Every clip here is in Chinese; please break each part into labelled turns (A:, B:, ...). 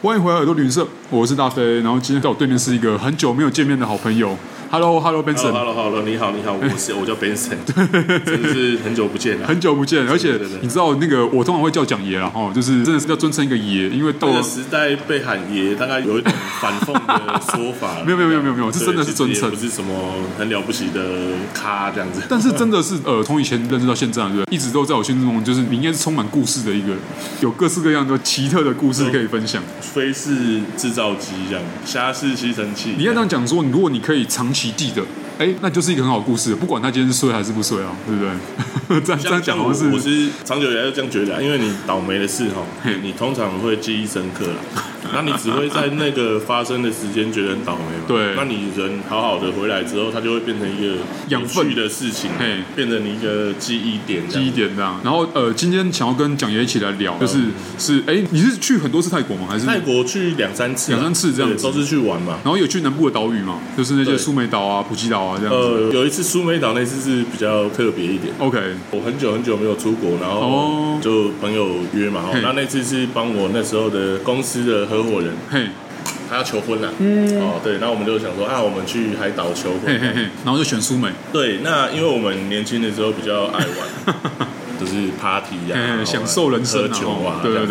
A: 欢迎回来耳朵旅行社，我是大飞。然后今天在我对面是一个很久没有见面的好朋友，Hello，Hello，Benson，
B: Hello，Hello，Hello，你好，你好，我是我叫 Benson，真的是很久不见了。
A: 很久不见，而且
B: 对对
A: 你知道那个我通常会叫蒋爷啦，哦，就是真的是要尊称一个爷，因为到
B: 这
A: 了
B: 个时代被喊爷，大概有一种反讽的说法 了。
A: 没有没有没有没有没有这
B: 对
A: 真的是尊称
B: 其实也不是什么很了不起的咖这样子。
A: 但是真的是呃，从以前认识到现在，对不对，一直都在我心中，就是你应该是充满故事的一个人，有各式各样的奇特的故事可以分享。
B: 非是制造机这样，虾是吸尘器。
A: 你要这样讲说，如果你可以长期记得，哎，那就是一个很好的故事，不管他今天是衰还是不衰啊，对不对？这 样这
B: 像
A: 样讲
B: 像
A: 好
B: 我
A: 像
B: 我
A: 是
B: 是长久以来就这样觉得啊，因为你倒霉的事哈
A: 嘿，
B: 你通常会记忆深刻 啦，那你只会在那个发生的时间觉得很倒霉嘛。
A: 对
B: 那你人好好的回来之后，它就会变成一个
A: 养
B: 有
A: 分
B: 趣的事情
A: 嘿，
B: 变成一个记忆点这
A: 第一
B: 样。
A: 点这样。然后呃，今天想要跟蒋爷一起来聊，就是是哎，你是去很多次泰国吗？还是
B: 嗯泰
A: 然
B: 国去两三次啊，
A: 两三次这样子
B: 对都是去玩嘛。
A: 后有去南部的岛屿嘛？就是那些
B: 对
A: 苏梅岛啊、普吉岛啊这样子。
B: 呃，有一次苏梅岛那次是比较特别一点，
A: OK，
B: 我很久很久没有出国，然
A: 哦
B: 后就朋友约嘛，
A: 嘿
B: 那那次是帮我那时候的公司的合伙人，
A: 嘿
B: 他要求婚了，嗯，哦，对，那我们就想说啊，我们去海岛求
A: 嘿
B: 婚。
A: 嘿嘿，然后就选苏梅，
B: 对，那因为我们年轻的时候比较爱 玩，就是 party 呀、
A: 嘿
B: 然后
A: 嘿，嗯享受人生
B: 喝
A: 啊
B: 酒
A: 哦，，
B: 啊
A: 对对
B: 这样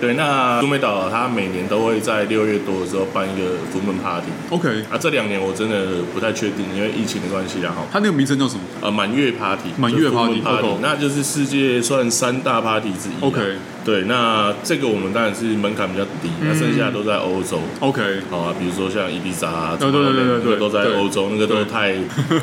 A: 对
B: 对。那苏梅岛它每年都会在六月多的时候办一个福门 party，
A: ，OK。
B: 啊，这两年我真的不太确定，因为疫情的关系啦，哈，
A: 它那个名称叫什么
B: 呃，满月 party，
A: 满月
B: 就是 full moon
A: party，OK
B: 那就是世界算三大 party 之一啊。
A: ？OK
B: 对，那这个我们当然是门槛比较低，那
A: 嗯
B: 剩下都在欧洲。
A: OK，
B: 好啊，比如说像伊比萨啊，
A: 哦对对对对对
B: 那个都在
A: 对
B: 欧洲，那个
A: 对
B: 都太，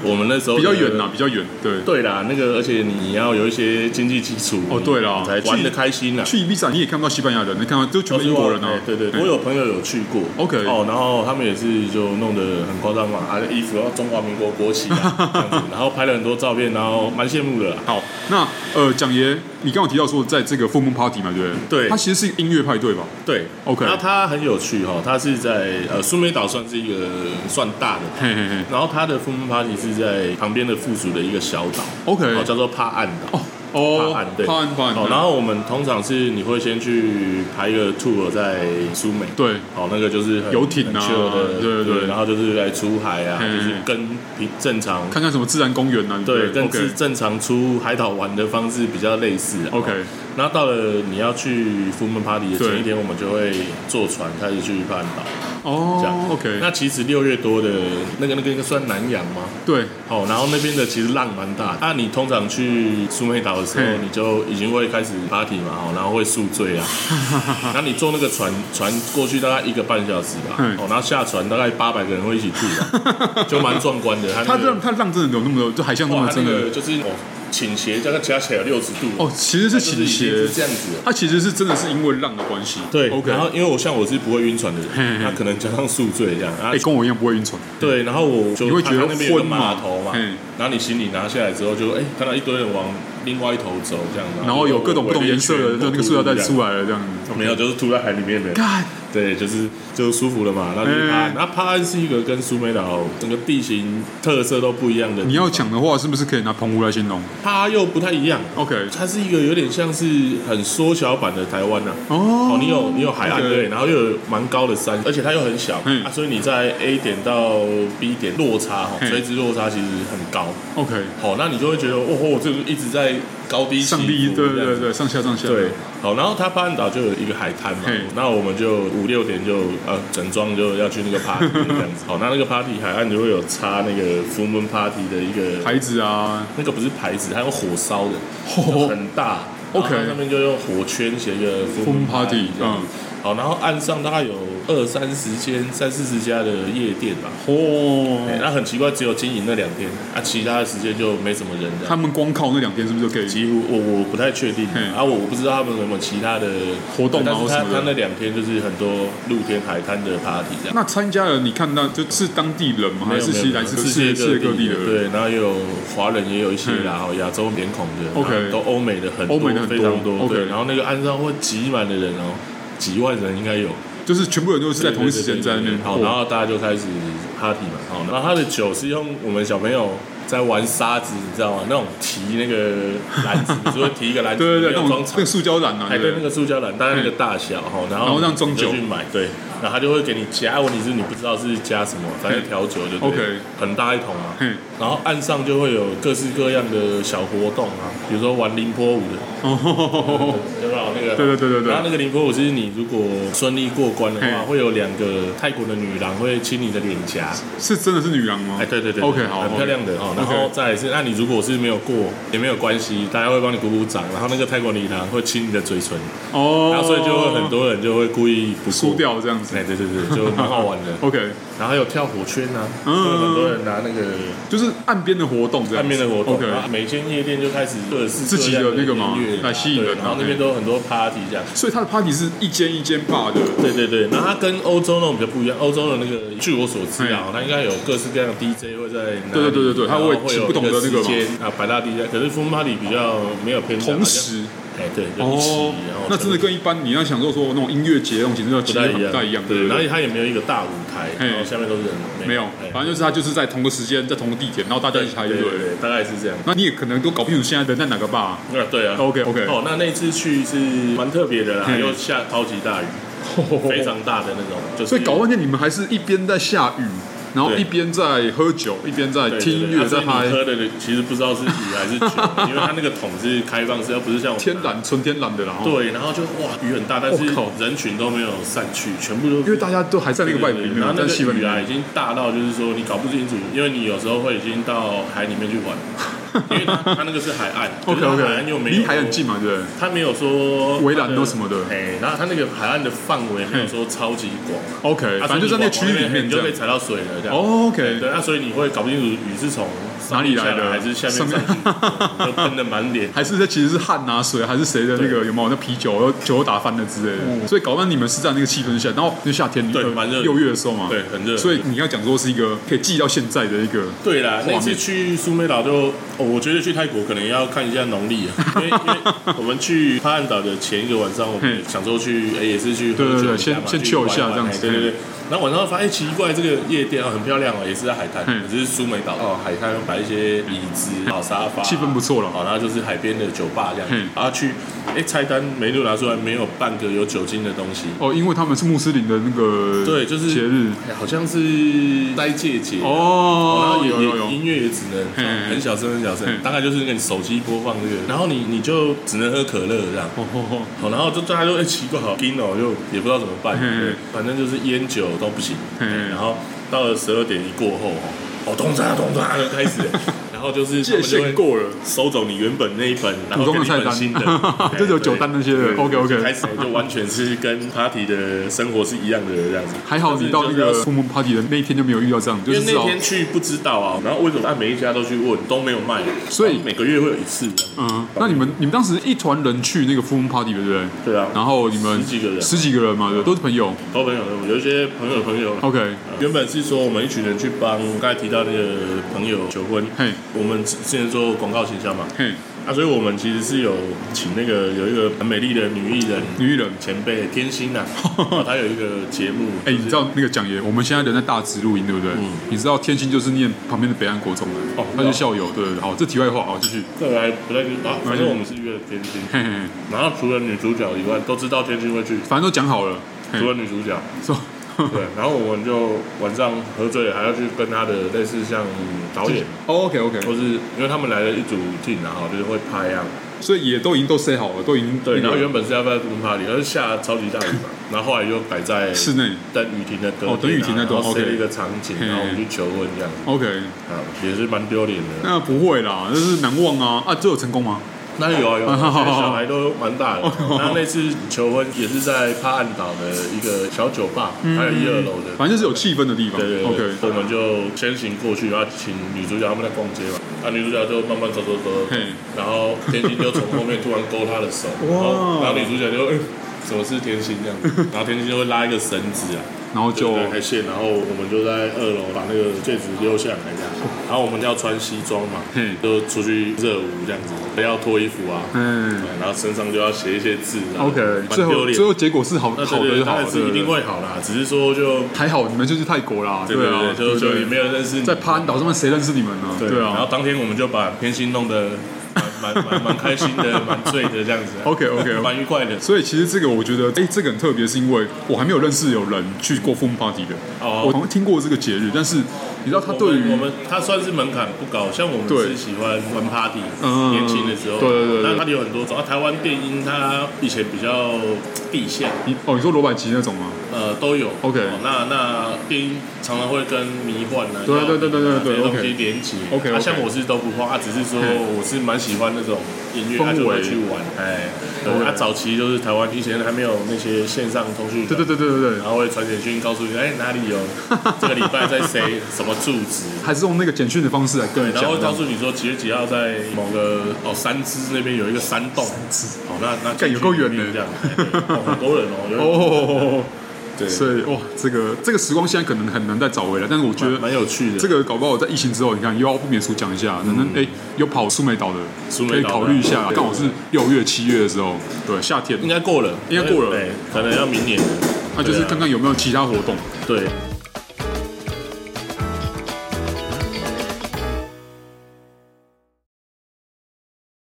B: 我们那时候
A: 比较远啊
B: 呐
A: 呐，。比较远。对，
B: 对啦，那个而且你要有一些经济基础
A: 哦对啦
B: 你才玩的开心啦。
A: 去伊比萨你也看不到西班牙人，你看到都全部英啊国人
B: 哎
A: 啊。
B: 对对，我有朋友有去过
A: OK
B: 哦，然后他们也是就弄得很夸张嘛，啊，衣服要中华民国国旗啊，这样子然后拍了很多照片，然后蛮羡慕的啦。
A: 好，那呃，蒋爷，你刚刚有提到说在这个 full moon party 嘛，对不对？
B: 对
A: 它其实是一个音乐派对吧？
B: 对
A: OK
B: 那它很有趣哈、哦，它是在呃苏梅岛算是一个算大的，
A: 嘿嘿嘿
B: 然后它的 full moon party 是在旁边的附属的一个小岛，
A: ，OK，
B: 哦，叫做帕岸岛。
A: 哦哦，
B: 帕岸对，
A: 帕岸帕
B: 哦
A: 岸，
B: 然后我们通常是你会先去排一个 tour 在苏梅，
A: 对
B: 哦，那个就是很
A: 游艇啊
B: 很 chill 的
A: 对对对
B: 然后就是来出海啊，
A: 嘿
B: 就是跟平正常
A: 看看什么自然公园呐，
B: 对
A: 不
B: 跟
A: ，OK
B: 是正常出海岛玩的方式比较类似啊。
A: OK
B: 然后到了你要去 full moon party 的
A: 对
B: 前一天，我们就会坐船开始去半岛，这样
A: 哦。，OK，
B: 那其实六月多的那个那个应该算南洋吗？
A: 对
B: 哦，然后那边的其实浪蛮大的。啊那你通常去苏梅岛的时候
A: 嘿，
B: 你就已经会开始 party 嘛，哦，然后会宿醉 啊。然后你坐那个船，船过去大概一个半小时吧，
A: 嗯
B: 哦，然后下船大概八百个人会一起吐 吧，就蛮壮观的。它
A: 它
B: 那个
A: 让它浪真的有那么多，就海象那
B: 哇，
A: 么
B: 它
A: 真
B: 那个
A: 的
B: 就是哦，倾斜大概加起来有六十度
A: 哦，其实是倾
B: 就是已经
A: 斜
B: 是，这样子了。
A: 它其实是真的是因为浪的关系。
B: 对
A: ，OK，
B: 然后因为我像我是不会晕船的
A: 嘿
B: 人，
A: 嘿
B: 他可能加上宿醉这样，啊
A: 哎，，跟我一样不会晕船。
B: 对，然后我就
A: 你会觉得
B: 他那边有个
A: 昏嘛
B: 码头嘛
A: 嗯，
B: 然后你行李拿下来之后就，哎看到一堆人往另外一头走这样，
A: 然后有各种不同颜色的那个塑料袋
B: 来，
A: 出来了，这样子。
B: 没有，就是吐在海里面的。
A: 干，
B: 对，就是就舒服了嘛。然后就是帕
A: 嗯，
B: 那帕岸是一个跟苏梅岛整个地形特色都不一样的地方。
A: 你要讲的话，是不是可以拿澎湖来形容
B: 它又不太一样，
A: ？OK，
B: 它是一个有点像是很缩小版的台湾呐、
A: 哦
B: 哦，你有你有海岸
A: OK
B: 对不对，然后又有蛮高的山，而且它又很小，
A: 嗯
B: 啊，所以你在 A 点到 B 点落差哈，
A: 嗯
B: 垂直落差其实很高，
A: OK，
B: 好，那你就会觉得哦吼，这个一直在高低起
A: 上
B: 伏
A: 帝，对
B: 这
A: 对
B: 样
A: 对
B: 子
A: 对，上下上下，
B: 对，好，然后它巴岸岛就有一个海滩嘛
A: 嗯，
B: 那我们就五六点就呃整装就要去那个 party 这样子，好，那那个 party 海岸就会有插那个 full moon party 的一个
A: 牌子啊，
B: 那个不是牌子，它用火烧的，
A: 哦
B: 很大。
A: OK
B: 然后那边就用火圈写一个
A: Full moon
B: Moon
A: party，嗯
B: 这样子。好，然后岸上大概有二三十间、三四十家的夜店吧。对
A: 哦，
B: 那很奇怪，只有经营那两天，啊，其他的时间就没什么人这
A: 他
B: 样。
A: 们光靠那两天是不是就可以？
B: 几乎我我不太确定，
A: 嗯
B: 啊，我我不知道他们有没有其他的
A: 活动啊
B: 但是
A: 或
B: 他
A: 什么的
B: 他那两天就是很多露天海滩的 party 这样。
A: 那参加了，你看到就是当地人吗？还
B: 没有
A: 是
B: 没
A: 是
B: 有
A: 来自
B: 就
A: 世界世界各地的人？嗯
B: 对，然后也有华人，也有一些啦，然哦后亚洲脸孔的
A: OK
B: 然后都欧美的很多，
A: 欧美的很多
B: 非常多
A: OK
B: 对，然后那个岸上会挤满的人哦，几万人应该有，
A: 就是全部人都是在同一时间在那边。
B: 好，
A: 哦
B: 然后大家就开始 party 嘛，好，然后他的酒是用我们小朋友在玩沙子，你知道吗？那种提那个篮 子，你说提一个篮子，
A: 对对对，
B: 里
A: 那
B: 面
A: 种
B: 装
A: 那个塑胶篮啊，
B: 哎，对，那
A: 不
B: 个塑胶篮，大概那个大小哈，然后
A: 嗯然后让装酒
B: 你就去买，对，然后他就会给你加，问题是你不知道是加什么，反正调酒就对
A: 嗯 OK
B: 很大一桶嘛
A: 嗯，
B: 然后岸上就会有各式各样的小活动啊，比如说玩凌波舞的，
A: 哦，
B: 有没有那个？
A: 对对对对对
B: 然后那个凌波舞是你如果顺利过关的话，
A: 嗯
B: 会有两个泰国的女郎会亲你的脸颊，
A: 是真的是女郎吗？
B: 哎，对对对
A: OK，好
B: 很漂亮的哈。然
A: OK
B: 后再来是，那你如果是没有过也没有关系，大家会帮你鼓鼓掌，然后那个泰国女郎会亲你的嘴唇，
A: 哦，
B: 然后所以就会很多人就会故意不过
A: 输。掉这样子。
B: 哎，对对对，就蛮好玩的
A: OK，
B: 然后还有跳火圈啊，
A: 嗯
B: 就有很多人拿那个
A: 就是岸边的活动这样子，
B: 外面的活动，
A: OK，
B: 然后每间夜店就开始各式
A: 自己的
B: 各样
A: 那个嘛
B: 音乐啊
A: 来吸引人啊
B: 对然后那边都有很多 party 这样。
A: 所以它的 party 是一间一间霸的，
B: 对对对，然后它跟欧洲那种比较不一样，欧洲的那个，据我所知啊
A: 嗯，
B: 它应该有各式各样的 DJ 会在哪里
A: 对对对对对它会
B: 然后会
A: 请
B: 有
A: 不同的那个嘛
B: 时间啊，百大 DJ，可是 Fun Party 比较没有偏向
A: 同，时
B: 好像哎对，就一起，
A: 哦
B: 然后，
A: 那真的跟一般你要想说说那种音乐节那种形式
B: 不
A: 其实
B: 太
A: 很
B: 一
A: 不
B: 样，
A: 太一样，
B: 对，
A: 对
B: 然
A: 对
B: 后
A: 对。
B: 它也没有一个大舞台，
A: 嘿
B: 然后下面都是人，
A: 没有，
B: 哎
A: 反正就是它就是在同个时间，在同个地点，然后大家一起嗨，
B: 对
A: 对不
B: 对
A: 对？
B: 对，大概是这样。
A: 那你也可能都搞不清楚现在人在哪个 霸
B: 啊，对啊。
A: OK OK，
B: 哦，那那次去是蛮特别的啦，
A: 嗯
B: 又下超级大雨，非常大的那种，就是
A: 所以搞半天你们还是一边在下雨，然后
B: 对
A: 一边在喝酒，一边在
B: 对对对
A: 听音乐，
B: 啊所
A: 在
B: 以你
A: 嗨。
B: 喝的其实不知道是雨还 是酒，因为它那个桶是开放式，而不是像我们
A: 天。然纯天然的啦，哦，
B: 对，然后就哇，雨很大，但是
A: 我靠
B: 人群都没有散去，全部都
A: 因为大家都还在那个外
B: 对
A: 面，
B: 对
A: 没
B: 对然
A: 有
B: 后那
A: 在气氛
B: 个
A: 里
B: 雨啊，
A: 面。
B: 已经大到就是说你搞不清楚，因为你有时候会已经到海里面去玩，因为 它它那个是海岸可
A: OK
B: 是它海岸又
A: OK，
B: 没有
A: 离海很近嘛，对不对？
B: 它没有说
A: 围栏
B: 它的
A: 都什么的
B: 哎，然后它那个海岸的范围没有说超级广，
A: OK，
B: 啊
A: 反正就在那个区域里面
B: 你
A: 这
B: 就被
A: 样。
B: 踩到水了这样。
A: 哦，OK，
B: 对，那所以你会搞不清楚雨是从上
A: 哪里
B: 面
A: 来
B: 下
A: 的
B: 还是下面
A: 上
B: 上
A: 面
B: 去的，就喷的满脸。
A: 还是这其实是汗啊水，还是谁的那个有没有那啤酒然后酒都打翻了之类的？所以搞到你们是在那个气氛下，然后就夏天
B: 嗯对
A: 呃
B: 蛮热的
A: 六月的时候嘛，
B: 对，很热。
A: 所以你要讲说是一个可以记到现在的一个
B: 对啦，那
A: 面
B: 次去苏梅岛就，哦，我觉得去泰国可能要看一下农历啊， 因为因为我们去帕岸岛的前一个晚上，我们
A: 嘿
B: 想说去，哎，也是去喝
A: 对对
B: 酒
A: 对
B: 一下嘛，
A: 先先
B: 去
A: chill 一
B: 玩
A: 下
B: 玩
A: 这样
B: 哎
A: 子
B: 对对对。然后晚上发现哎奇怪，这个夜店啊很漂亮哦，也是在海滩
A: 嗯，
B: 只是苏梅岛哦，海滩摆一些椅子、好沙发，
A: 气氛不错了
B: 好，然后就是海边的酒吧这样子
A: 嗯，
B: 然后去，哎，菜单没路拿出来，没有半个有酒精的东西。
A: 哦，因为他们是穆斯林的那个
B: 对，就是
A: 节日
B: 哎好像是斋戒节然
A: 哦
B: 后，也
A: 有有有嗯
B: 也音乐也只能
A: 嘿嘿嘿
B: 很小声很小声
A: 嘿，
B: 大概就是那个你手机播放这个，然后你你就只能喝可乐这样。
A: 哦哦哦
B: 好，然后就大家就哎奇怪，好惊哦，就也不知道怎么办，
A: 嘿嘿
B: 对反正就是烟酒都不行。
A: 嘿嘿
B: 对然后到了十二点一过后哦，哦咚嚓咚嚓就开始， 然后就是他
A: 界
B: 们就
A: 限
B: 会
A: 过了，
B: 收走你原本那一本，然
A: 普
B: 后给
A: 通
B: 你
A: 的
B: 一
A: 菜
B: 本
A: 单，
B: 新的 哎
A: 就是有酒单那些的
B: 对对
A: OK，OK
B: 就开始就完全是跟 party 的生活是一样的这样子。
A: 还好你到那
B: 就是要
A: 个 Moon Party 的那一天就没有遇到这样，就
B: 因
A: 是至
B: 为那
A: 少
B: 天去不知道啊，然后为什么他每一家都去问都没有卖，
A: 所以
B: 然后每个月会有一次这样，
A: 嗯，那你们你们当时一团人去那个 Moon Party 对不对？
B: 对啊，
A: 然后你们
B: 十几个人
A: 十几个人嘛，对，都是朋友。
B: 都朋友的，有一些朋友的朋友。
A: OK，
B: 呃原本是说我们一群人去帮刚才提到那个朋友求婚，
A: 嘿，
B: 我们之之前做广告形象嘛，
A: 嘿，
B: 啊，所以我们其实是有请那个有一个很美丽的女艺人
A: 女艺人。
B: 前辈天 心呐、啊，她有一个节目，
A: 哎、你知道那个蒋爷，我们现在人在大直录音，对不对？
B: 嗯
A: 你知道天心就是念旁边的北岸国中的，
B: 哦
A: 他是校友，对对对。好，这题外话，好，继续。
B: 这个还不太清楚啊，反正我们是约了天心，
A: 嘿嘿，嘿
B: 然后除了女主角以外，都知道天心会去，
A: 反正都讲好了。嘿
B: 除了女主角。
A: 说，
B: 对，然后我们就晚上喝醉了，还要去跟他的类似像导演，
A: OK OK，
B: 或是因为他们来了一组 team，然后就是会拍啊，
A: 所以也都已经都 say 好了，都已经
B: 对，
A: 那
B: 然
A: 个
B: 后原本是要在 p party，但是下超级大雨嘛，然后后来又改 在
A: 室内
B: 等雨停的歌，啊
A: 哦等雨停的歌
B: 然后
A: OK
B: 塞了一个场景，然后我们去求婚这样，
A: OK，
B: 啊，也是蛮丢脸的。
A: 那不会啦，就是难忘啊啊，这有成功吗？
B: 那有啊 有啊，
A: 好好好
B: 现在小孩都蛮大的。然后那次求婚也是在帕岸岛的一个小酒吧，还有一二楼的，
A: 嗯反正就是有气氛的地方。
B: 对对对
A: OK，
B: 我们就先行过去，然后请女主角他们在逛街嘛，啊，女主角就慢慢走走走，
A: 嘿，
B: 然后天心就从后面突然勾她的手，
A: 哇
B: 然后然后女主角就、哎什么是天星这样子，然后天星就会拉一个绳子啊，
A: 然后
B: 就
A: 就
B: 来海线，然后我们就在二楼把那个戒指溜下来这样，然后我们要穿西装嘛
A: 嘿，
B: 就出去热舞这样子，不要脱衣服啊，
A: 嗯
B: 然后身上就要写一些字啊
A: ，OK，
B: 蛮
A: 最
B: 丢
A: 后
B: 脸啊
A: 最后结果是好
B: 那
A: 好的就好
B: 当
A: 了，
B: 然是一
A: 对
B: 定会好啦，只是说就
A: 还好你们就去泰国啦，
B: 对对
A: 啊，
B: 对，就
A: 对
B: 就
A: 不
B: 你
A: 对
B: 没有认识你
A: 在巴厘岛上面谁认识你们呢？对
B: 然后
A: 啊
B: 当天我们就把天心弄得蛮蛮蛮蛮开心的， 蛮醉的这样子啊、
A: ，OK，OK，OK
B: 蛮愉快的。
A: 所以其实这个我觉得，哎、这个很特别，是因为我还没有认识有人去过 f o o Party 的。
B: 哦
A: 我好像听过这个节日，但是你知道他对
B: 我们我
A: 于
B: 们他算是门槛不高，像我们
A: 对
B: 是喜欢玩 party，
A: 嗯
B: 年轻的时候，
A: 对对对对
B: 但 party 有很多种啊。台湾电音它以前比较地下，
A: 你哦，你说罗百吉那种吗？
B: 呃，都有。
A: OK
B: 哦那那电音常常会跟迷幻啊，
A: 对对对对对对
B: 这些东
A: OK
B: 西连接。
A: OK，OK
B: 啊像我是都不碰，啊，只是说
A: 嗯
B: 我是蛮喜欢那种音乐，
A: 氛围
B: 他就会去玩。哎，对，
A: OK
B: 啊，早期就是台湾以前还没有那些线上通讯，
A: 对对对对对对，
B: 然后会传简讯告诉你，哎，哪里有这个礼拜在谁什么住址。
A: 还是用那个简讯的方式来跟你讲
B: 然后
A: 这
B: 告
A: 样。
B: 诉你说几月几号在某个哦三支那边有一个山洞，哦那那
A: 干有够远的
B: 这样，哎对哦很多人哦，有人
A: 哦，
B: 对，
A: 所以哇，这个这个时光现在可能很难再找回来，但是我觉
B: 蛮
A: 得
B: 蛮有趣的。
A: 这个搞不好在疫情之后，你看又要不免俗讲一下，可能哎有跑苏梅岛的，
B: 苏
A: 可以
B: 梅岛的
A: 考虑一下。
B: 对
A: 刚好是六月、七月的时候，对，夏天
B: 应，该过了，
A: 应该过了
B: 对，可能要明年了。
A: 那就是
B: 对啊
A: 看看有没有其他活动。
B: 对，